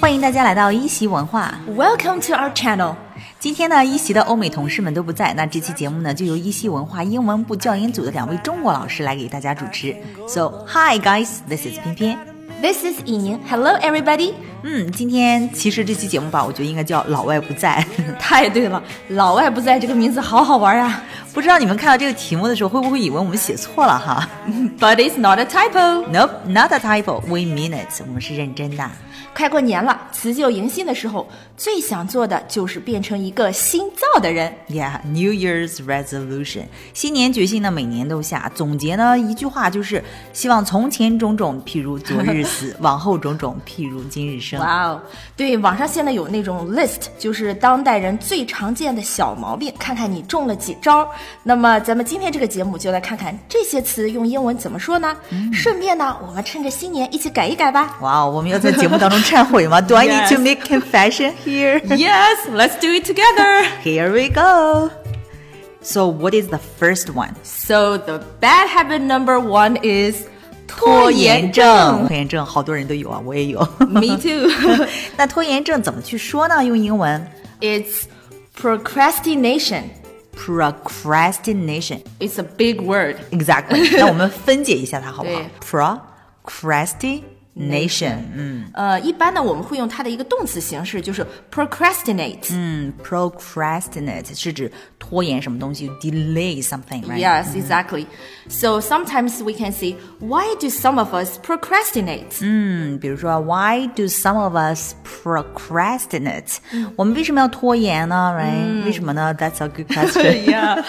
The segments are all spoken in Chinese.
欢迎大家来到一席文化。 Welcome to our channel。今天呢，一席的欧美同事们都不在，那这期节目呢，就由一席文化英文部教研组的两位中国老师来给大家主持。So hi guys, this is 偏偏。 This is 以宁，Hello everybody。嗯，今天其实这期节目吧，我觉得应该叫老外不在。 太对了，老外不在这个名字好好玩啊。不知道你们看到这个题目的时候，会不会以为我们写错了哈 But it's not a typo。 ？Nope, not a typo. We mean it. 我们是认真的。快过年了，辞旧迎新的时候，最想做的就是变成一个新造的人。 Yeah, New Year's resolution，新年决心呢，每年都下。总结呢，一句话就是：希望从前种种，譬如昨日死；往后种种，譬如今日生。哇哦，对，网上现在有那种 list，就是当代人最常见的小毛病，看看你中了几招。那么咱们今天这个节目就来看看这些词用英文怎么说呢？顺便呢，我们趁着新年一起改一改吧。哇哦，我们要在节目当中忏悔 吗？Do I need to make confession here? Yes, let's do it together. Here we go. So, what is the first one? So the bad habit number one is 拖延症症。拖延症，好多人都有啊，我也有。 Me too. 那拖延症怎么去说呢？用英文 it's procrastination. ，procrastination。 It's a big word. Exactly，那我们分解一下它好不好对？Procrastination，嗯呃，Uh, 一般呢，我们会用它的一个动词形式，就是 procrastinate。嗯，procrastinate 是指拖延什么东西，delay something，right？ Yes, exactly. So sometimes we can say, why do some of us procrastinate? 嗯，比如说，Why do some of us procrastinate？我们为什么要拖延呢？Right？为什么呢？That's a good question。 yeah.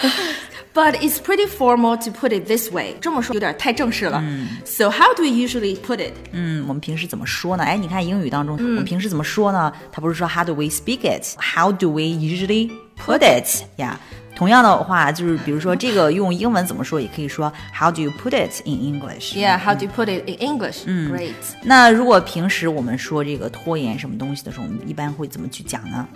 But it's pretty formal to put it this way. 这么说有点太正式了。So how do we usually put it? 嗯，我们平时怎么说呢？哎，你看英语当中，我们平时怎么说呢？它不是说 How do we speak it？How do we usually put it？呀、同样的话，就是比如说这个用英文怎么说，也可以说 How do you put it in English？ Yeah, how do you put it in English? Great. 那如果平时我们说这个拖延什么东西的时候，我们一般会怎么去讲呢？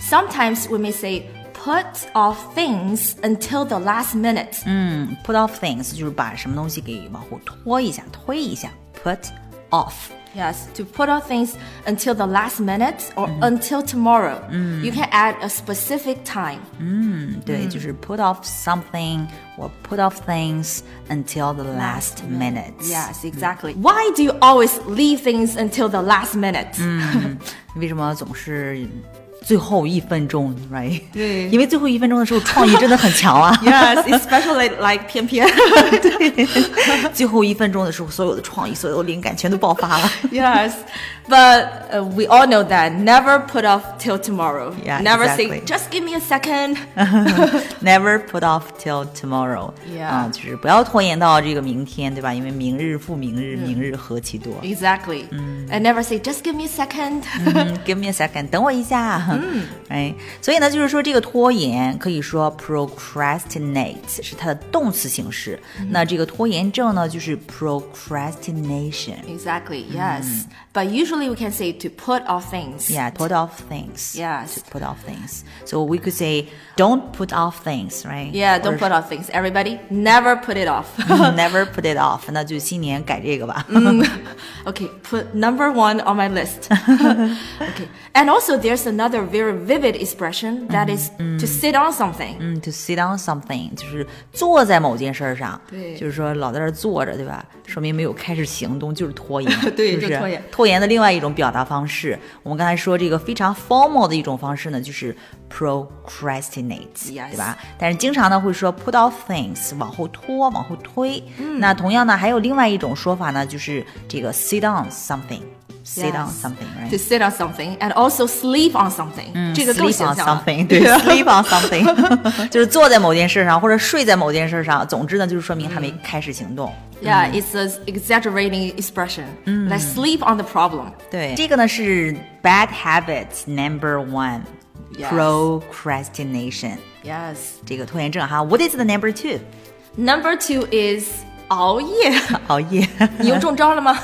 Sometimes we may say put off things until the last minute. 嗯，put off things 就是把什么东西给往后拖一下、推一下，put off。 Yes, to put off things until the last minute or Mm. until tomorrow. You can add a specific time. Mm. 嗯对，就是 put off something or put off things until the last minute。 Yes, Mm. exactly. Why do you always leave things until the last minute? Mm. 为什么总是最后一分钟，right？对因为最后一分钟的时候创意真的很强 啊。 Yes, especially like 偏偏。 最后一分钟的时候，所有的创意、所有的灵感全都爆发 了。 yes, but uh, we all know that never put off till tomorrow. Yeah, never exactly. say just give me a second. Never put off till tomorrow。 Yeah 啊，就是不要拖延到这个明天，对吧？因为明日复明日，嗯明日何其多。哎 exactly. Mm. And never say just give me a second. 嗯，Give me a second，等我一下。嗯，哎，所以呢，就是说这个拖延可以说 procrastinate 是它的动词形式。嗯那这个拖延症呢，就是 procrastination。 Exactly, Mm-hmm. yes. But usually we can say to put off things. Yeah, put off things. Yes. To put off things. So we could say, don't put off things, right? Yeah, don't Or put off things. Everybody, never put it off. never put it off. 那就新年改这个吧。 okay, put number one on my list. okay. And also, there's another very vivid expression that is Mm-hmm. to sit on something. 嗯，to sit on something 就是坐在某件事儿上。对。就是说老在那儿坐着，对吧？说明没有开始行动，就是拖延 对是不就是拖延拖延的另外一种表达方式，我们刚才说这个非常 formal 的一种方式呢，就是 procrastinate，、 Yes 对吧？但是经常呢会说 put off things，往后拖，往后推。嗯那同样呢，还有另外一种说法呢，就是这个 sit on something，sit on Yes something，right？ To sit on something and also sleep on something. 这个更 Mm, sleep on 形象了。啊 something，对，sleep on something，就是坐在某件事上或者睡在某件事上，总之呢，就是说明还没嗯开始行动。 Yeah, Mm-hmm. it's an exaggerating expression. Mm. Like sleep on the problem. 对，这个呢是 bad habits number one。 Yes Procrastination， Yes. 这个拖延症哈。What is the number two？ Number two is oh 熬夜， 熬夜。 你又中招了吗？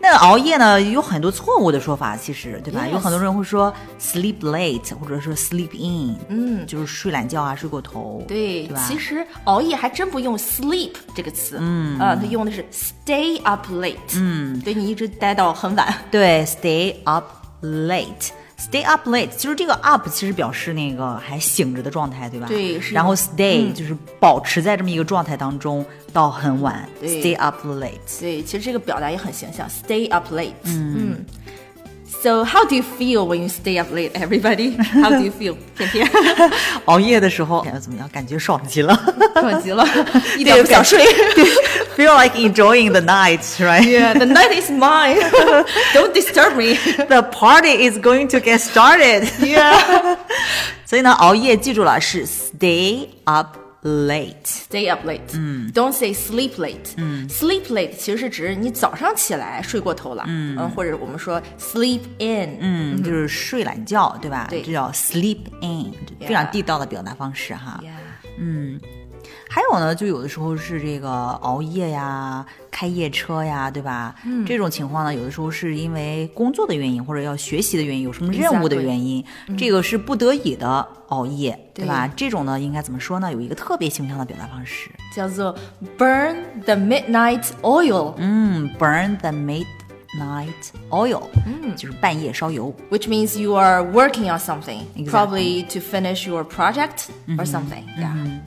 那熬夜呢，有很多错误的说法，其实对吧 Yes 有很多人会说 sleep late，或者说 sleep in，嗯，就是睡懒觉啊，睡过头。对，对吧？其实熬夜还真不用 sleep 这个词，嗯，啊、它用的是 stay up late，嗯，对你一直待到很 晚，对，stay up late。Stay up late，就是这个 up 其实表示那个还醒着的状态，对吧？对是嗯然后 stay、就是保持在这么一个状态当中到很晚对，stay up late。 所以其实这个表达也很形象，stay up late，嗯。So how do you feel when you stay up late, everybody? How do you feel？偏偏熬夜的时候感觉怎么样？感觉爽极 了 爽极了，一点不想睡。 ，feel like enjoying the night, right? Yeah, the night is mine. Don't disturb me. The party is going to get started. Yeah. 所以呢，熬夜记住了是 stay up late。 Stay up late. Don't say sleep late. Sleep late 其实是指你早上起来睡过头了，嗯，或者我们说 sleep in，嗯，就是睡懒觉，对吧？对这叫 sleep in， Yeah 非常地道的表达方式哈。 Yeah. 还有呢，就有的时候是这个熬夜呀、开夜车呀，对吧？嗯，这种情况呢，有的时候是因为工作的原因或者要学习的原因，有什么任务的 Exactly 嗯原因，这个是不得已的熬夜，对对吧？这种呢，应该怎么说呢？有一个特别形象的表达方式，叫做 burn the midnight oil，嗯，burn the midnight oil，嗯，就是半夜烧油。 which means you are working on something, Exactly. probably to finish your project or something. Yeah.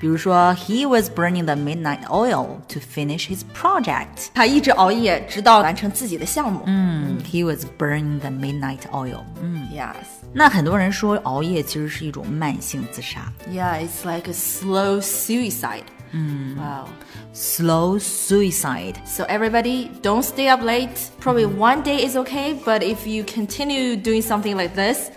比如说，He was burning the midnight oil to finish his project。他一直熬夜，直到完成自己的项目。嗯，He was burning the midnight oil。嗯， Yes. 那很多人说熬夜其实是一种慢性自杀 Yeah, it's like a slow suicide. Wow. ，slow suicide。 So everybody, don't stay up late. Probably one day is okay, but if you continue doing something like this,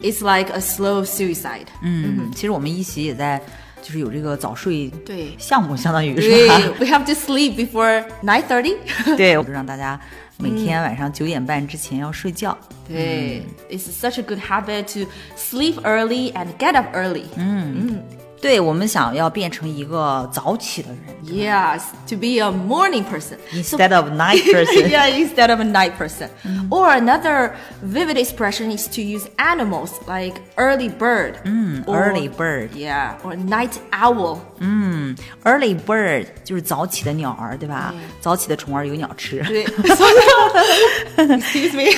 it's like a slow suicide. 嗯，其实我们一起也在就是有这个早睡对项目，相当于 是吧？对，we have to sleep before 9:30. 对，我就让大家每天晚上九点半之前要睡觉。对，it's Mm. such a good habit to sleep early and get up early. Mm. 对我们想要变成一个早起的人 Yes, to be a morning person. So- ，instead of night person。Mm. yeah, instead of a night person. Or another vivid expression is to use animals like early bird. or- Mm, early bird Yeah, or night owl. Early bird 就是早起的鸟儿，对吧？早起的虫儿有鸟吃。 对 ，excuse me.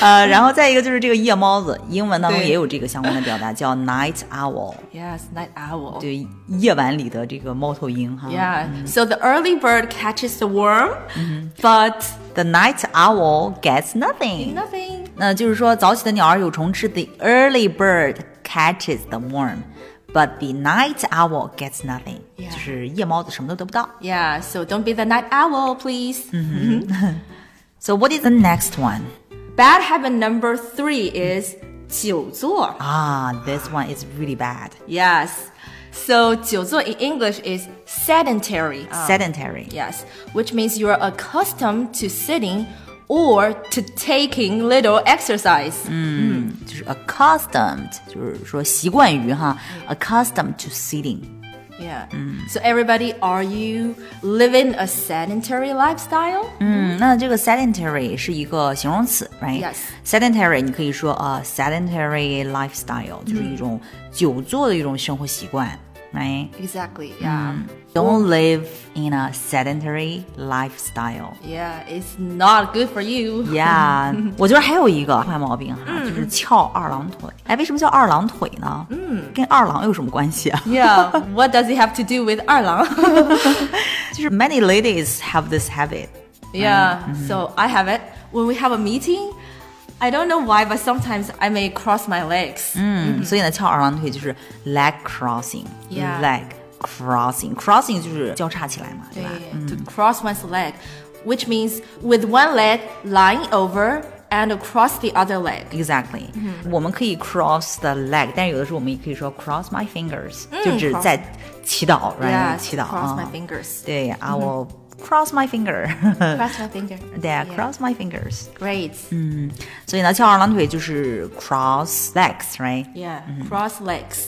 呃，然后再一个就是这个夜猫子，英文当中对也有这个相关的表达，叫 night owl， Yes, night owl. 对，夜晚里的这个猫头鹰哈。 Yeah, so the early bird catches the worm, Mm-hmm. but The night owl gets nothing。 nothing. 那就是说，早起的鸟儿有虫吃。The early bird catches the worm。But the night owl gets nothing，、 Yeah 就是夜猫子什么都得不到。 Yeah, so don't be the night owl, please. So what is the next one? Bad habit number three is 久坐。 Ah, this one is really bad. Yes. So 久坐 in English is sedentary. Sedentary. Yes, which means you are accustomed to sitting or to taking little exercise. 就是 accustomed，就是说习惯于哈，accustomed to sitting。 Yeah. So everybody, are you living a sedentary lifestyle? 嗯，那这个 sedentary 是一个形容词，right？ Yes Sedentary 你可以说啊、s e d e n t a r y lifestyle 就是一种久坐的一种生活习惯，right？ Exactly. Yeah. Don't live in a sedentary lifestyle. Yeah, it's not good for you. Yeah，我觉得还有一个坏毛病哈，嗯就是翘二郎腿。哎，为什么叫二郎腿呢？嗯，跟二郎有什么关系啊？ Yeah. What does it have to do with 二郎? 就是 many ladies have this habit. Yeah, so I have it. When we have a meeting, I don't know why, but sometimes I may cross my legs. 嗯，所以呢，翘二郎腿就是 leg crossing, Yeah leg crossing, crossing 就是交叉起来嘛，对吧？Eh, To cross one's leg, which means with one leg lying over and across the other leg. Exactly，、我们可以 cross the leg，但是有的时候我们也可以说 cross my fingers，、就指 cross- 在祈祷 r i g h Yeah, t 祈祷 cross my 啊。 fingers. 对，I will cross my finger。 Cross my finger. Yeah, cross my fingers。 Great. 所以呢，翘二郎腿就是 cross legs，right？ Yeah, cross legs.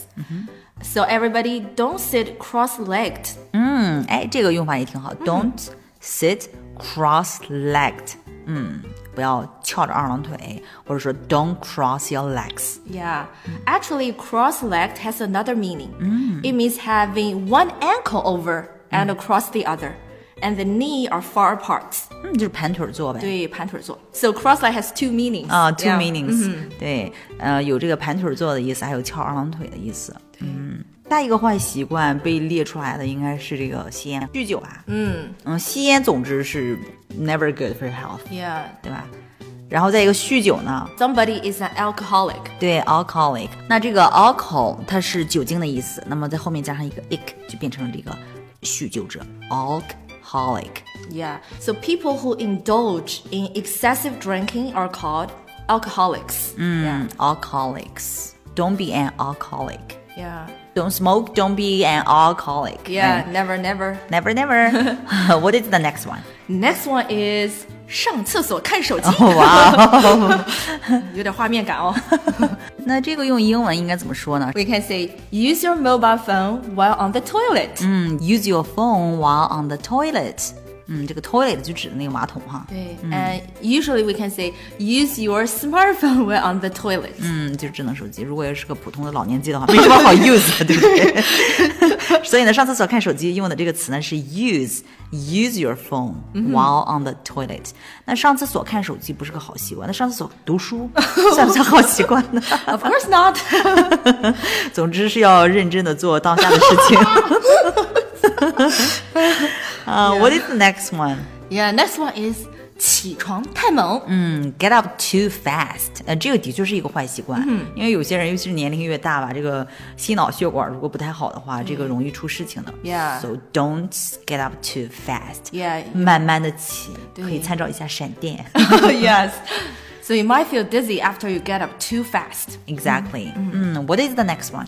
So everybody, don't sit cross-legged. 嗯，哎，这个用法也挺好。Don't sit cross-legged。嗯，不要翘着二郎腿，或者说 Don't cross your legs。 Yeah, actually, cross-legged has another meaning. It means having one ankle over and across the other, and the knee are far apart. 嗯，就是盘腿坐呗。对，盘腿坐。So cross-legged has two meanings. 啊、t w o Yeah. meanings，、对，呃，有这个盘腿坐的意思，还有翘二郎腿的意思。嗯，下一个坏习惯被列出来的应该是这个吸烟、酗酒吧。嗯嗯，吸烟总之是 never good for health， Yeah. 对吧？然后再一个酗酒呢， Somebody is an alcoholic. 对 alcoholic，那这个 alcohol 它是酒精的意思，那么在后面加上一个 ic 就变成了这个酗酒者 alcoholic。 Yeah. So people who indulge in excessive drinking are called alcoholics. Yeah. 嗯，alcoholics。Don't be an alcoholic. Yeah. Don't smoke. Don't be an alcoholic. Yeah. 嗯 Never, never. Never, never. what is the next one? Next one is 上厕所看手机。 有点画面感哦。那这个用英文应该怎么说呢？ We can say use your mobile phone while on the toilet. 嗯，use your phone while on the toilet。嗯，这个 toilet 就指的那个马桶哈。对，and usually we can say use your smartphone while on the toilet. 嗯，就是智能手机。如果要是个普通的老年机的话，没什么好 use 的，对不对？所以呢，上厕所看手机用的这个词呢是 use use your phone while on the toilet。那上厕所看手机不是个好习惯，那上厕所读书算不算好习惯呢？ Of course not. 总之是要认真的做当下的事情。 啊、w h a t is the next one？ Yeah, next one is 起床太猛。嗯，get up too fast，呃，这个的确是一个坏习惯，因为有些人，尤其是年龄越大吧，这个心脑血管如果不太好的话，这个容易出事情的。 Yeah So don't get up too fast， Yeah. 慢慢的起，对可以参照一下闪 电。 yes. So you might feel dizzy after you get up too fast. exactly，嗯，What is the next one？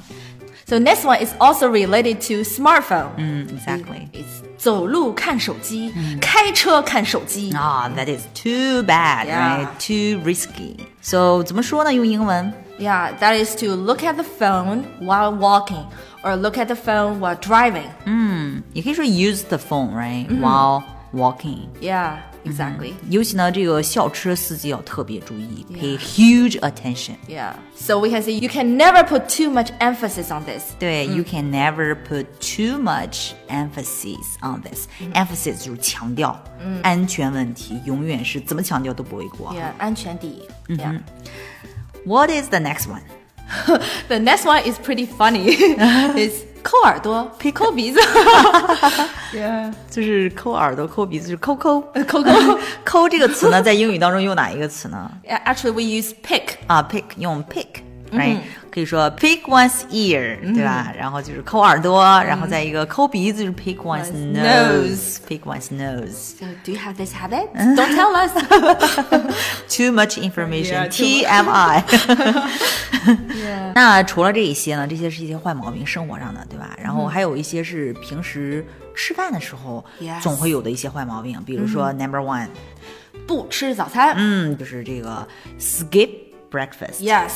So next one is also related to smartphone. 嗯，exactly。 It's 走路看手机，开车看手机。啊、t h a t is too bad, Yeah right? Too risky. So 怎么说呢？用英文 Yeah, that is to look at the phone while walking or look at the phone while driving. 也可以说 use the phone, right?、while Mm-hmm。 walking. Yeah, exactly. 尤其呢，这个校车司机要特别注意，pay huge attention. Yeah. So we can say you can never put too much emphasis on this. 对、y o u can never put too much emphasis on this.、emphasis 就是强调，安全问题永远是怎么强调都不为过。 Yeah, 安全第一. Yeah. Mm-hmm. What is the next one? The next one is pretty funny. it's 抠耳朵，抠鼻子。yeah. 就是抠耳朵、抠鼻子，就是抠抠 抠抠。 抠这个词呢，在英语当中用哪一个词呢？ Yeah, Actually, we use pick. 啊，pick 用 pick。Right，、可以嗯说 pick one's ear，、对吧？然后就是抠耳朵，然后再一个抠鼻子，就是 pick one's 嗯 One's nose，pick one's nose。 So, do you have this habit? Don't tell us. Too much information, Yeah, too TMI。 yeah. 那除了这一些呢？这些是一些坏毛病，生活上的，对吧？然嗯后还有一些是平时吃饭的时候 Yes 嗯总会有的一些坏毛病，比如说 number one，不吃早餐。嗯，就是这个 skip breakfast。 Yes.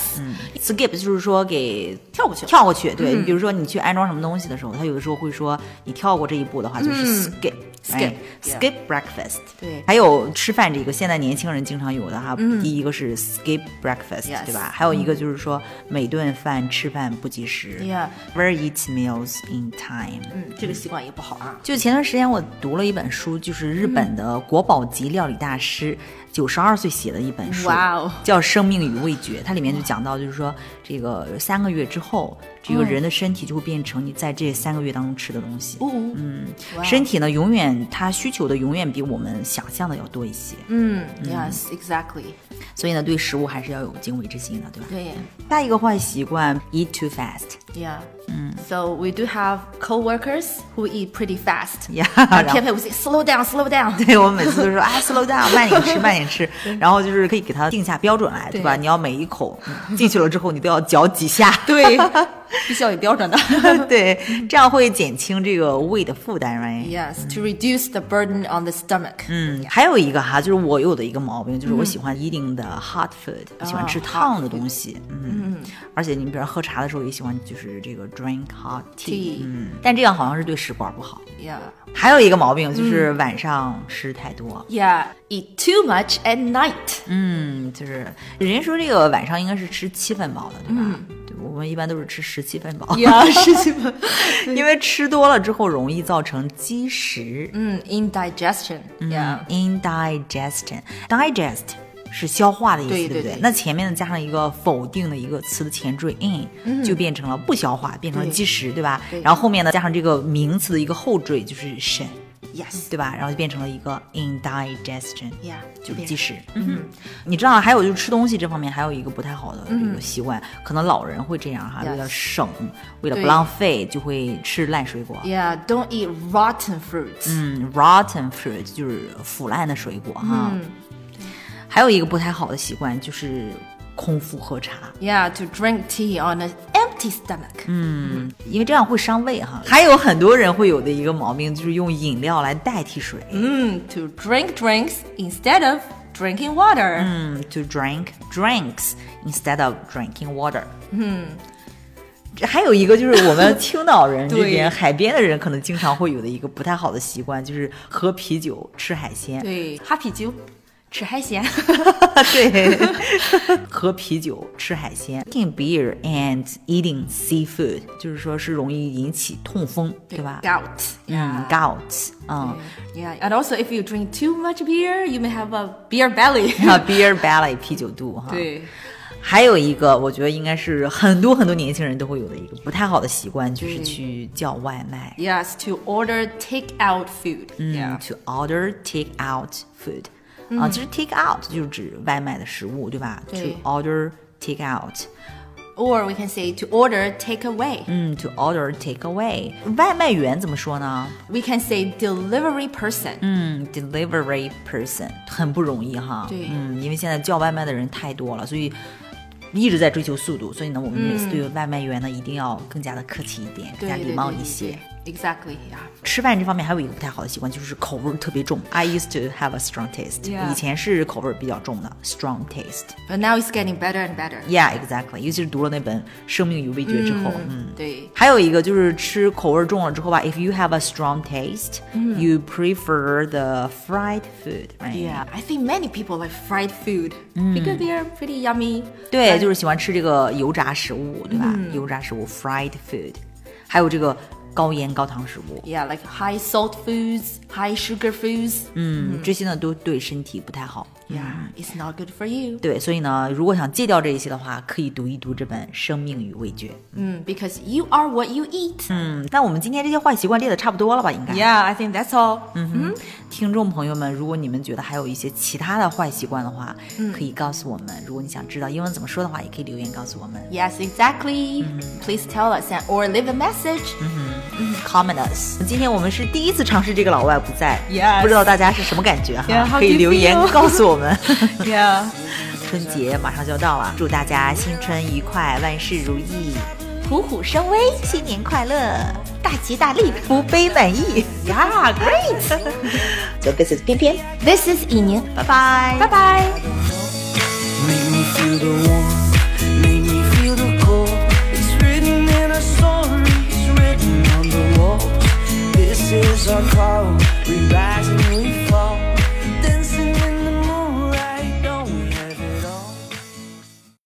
skip 就是说给跳过去了嗯跳过去。对，你比如说你去安装什么东西的时候，他有的时候会说你跳过这一步的话，就是 skip、嗯 skip，yeah skip breakfast。对嗯还有吃饭这个，现在年轻人经常有的哈。第一个是 skip breakfast， Yes 嗯对吧？还有一个就是说每顿饭吃饭不及时 Yeah ，never eat meals in time。嗯，Mm, 这个习惯也不好啊。就前段时间我读了一本书，就是日嗯本的国宝级料理大师九十二岁写的一本书，哇哦 叫《生命与味觉》，它里面就讲到，就是说这个三个月之后，这嗯个人的身体就会变成你在这三个月当中吃的东西。呜，Mm. 嗯哇身体呢，永远它需求的永远比我们想象的要多一些，嗯，yes Mm. exactly，所以呢，对食物还是要有敬畏之心的，对吧？对下一个坏习惯，eat too fast。 ，yeah，嗯，so Mm. we do have coworkers who eat pretty fast， Yeah，啊 然后偏偏我 say slow down，slow down，对我每次都说啊，slow down，慢点吃，慢点吃。然后就是可以给它定下标准来，对吧？对你要每一口嗯进去了之后，你都要嚼几下。对 必须要有标准的。 对，这样会减轻这个胃的负担，right？ Yes, to reduce the burden on the stomach. 嗯，还有一个哈，就是我有的一个毛病，就是我喜欢 eating 的 hot food，、我喜欢吃烫的东西。嗯，而且你比如喝茶的时候也喜欢，就是这个 drink hot tea, Tea 嗯，但这样好像是对食管不好。 Yeah. 还有一个毛病就是晚上吃太多。 Yeah, eat too much at night. 嗯，就是人家说这个晚上应该是吃七分饱的，对吧？嗯对，我们一般都是吃十七分饱， Yeah, 是基本。 因为吃多了之后容易造成积食。嗯嗯，indigestion. Yeah. indigestion digest 是消化的意思，对不对对那前面呢加上一个否定的一个词的前缀 in，、就变成了不消化，变成了嗯对积食，对吧？对然后后面呢加上这个名词的一个后缀就是 shin， Yes. 对吧？然后就变成了一个 indigestion。 Yeah. 就是变积食，嗯，你知道，还有就是吃东西这方面还有一个不太好的一个习惯，可能老人会这样哈，嗯 Yes 为了省，为了不对浪费，就会吃烂水果。 Yeah. Don't eat rotten fruits. 嗯，rotten fruit 就是腐烂的水果哈。嗯还有一个不太好的习惯就是空腹喝茶， Yeah, to drink tea on an empty stomach. 嗯，因为这样会伤胃哈。还有很多人会有的一个毛病就是用饮料来代替水， Mm, to drink drinks instead of drinking water. 嗯，to drink drinks instead of drinking water，嗯。这还有一个就是我们青岛人这边对海边的人可能经常会有的一个不太好的习惯，就是喝啤酒吃海鲜。 对，哈啤酒，吃海鲜。 对， 喝啤酒、吃海鲜，drinking beer and eating seafood，就是说是容易引起痛风，对吧？ Gout. 嗯，gout，嗯 Yeah, and also if you drink too much beer, you may have a beer belly. 啊，beer belly 啤酒肚哈。， 对，还有一个我觉得应该是很多很多年轻人都会有的一个不太好的习惯，就是对去叫外卖。 Yes, to order takeout food. 嗯 Mm. Yeah. 嗯，to order take out food，啊，其实 take out 就是指外卖的食物，对吧对？To order take out。 Or we can say to order takeaway. 嗯，to order take away，外卖员怎么说呢？ We can say delivery person. 嗯，delivery person 很不容易哈。对嗯，因为现在叫外卖的人太多了，所以一直在追求速度，所以呢，我们嗯每次对外卖员呢，一定要更加的客气一点，更加礼貌一些。 Exactly. Yeah. 吃饭这方面还有一个不太好的习惯，就是口味儿特别重。I used to have a strong taste，、 Yeah 以前是口味儿比较重的 strong taste。 But now it's getting better and better. Yeah，exactly。尤其是读了那本《生命与味觉》之后，嗯对。还有一个就是吃口味重了之后吧，if you have a strong taste, 嗯 you prefer the fried food, right? Yeah, Mm. I think many people like fried food because they are pretty yummy. 对，就是喜欢吃这个油炸食物，对吧？嗯油炸食物 fried food，还有这个高盐高糖食物，嗯 Yeah, like high salt foods, high sugar foods. 嗯，这些呢都对身体不太好。 Yeah, it's not good for you. 对，所以呢，如果想戒掉这一些的话，可以读一读这本《生命与味觉》。 Mm, because you are what you eat. 嗯，那我们今天这些坏习惯列的差不多了吧？应该。 Yeah, I think that's all. 嗯，听众朋友们，如果你们觉得还有一些其他的坏习惯的话，嗯可以告诉我们。如果你想知道英文怎么说的话，也可以留言告诉我们。 Yes, exactly. Please tell us and, or leave a message. 嗯 Comment us。今天我们是第一次尝试这个老外不在 Yes 不知道大家是什么感觉哈 Yeah, how 可以 do you 留言 feel? 告诉我 们。 Yeah. 春节马上就要到了，祝大家新春愉快，万事如意，虎虎生威，新年快乐，大吉大利。福杯满溢。 Yeah, great. So this is 偏偏， this is 一宁，拜拜，拜。拜。 Make me feel the warmth, make me feel the cold. It's written in our stories, written on the walls. This is our call, we rise and we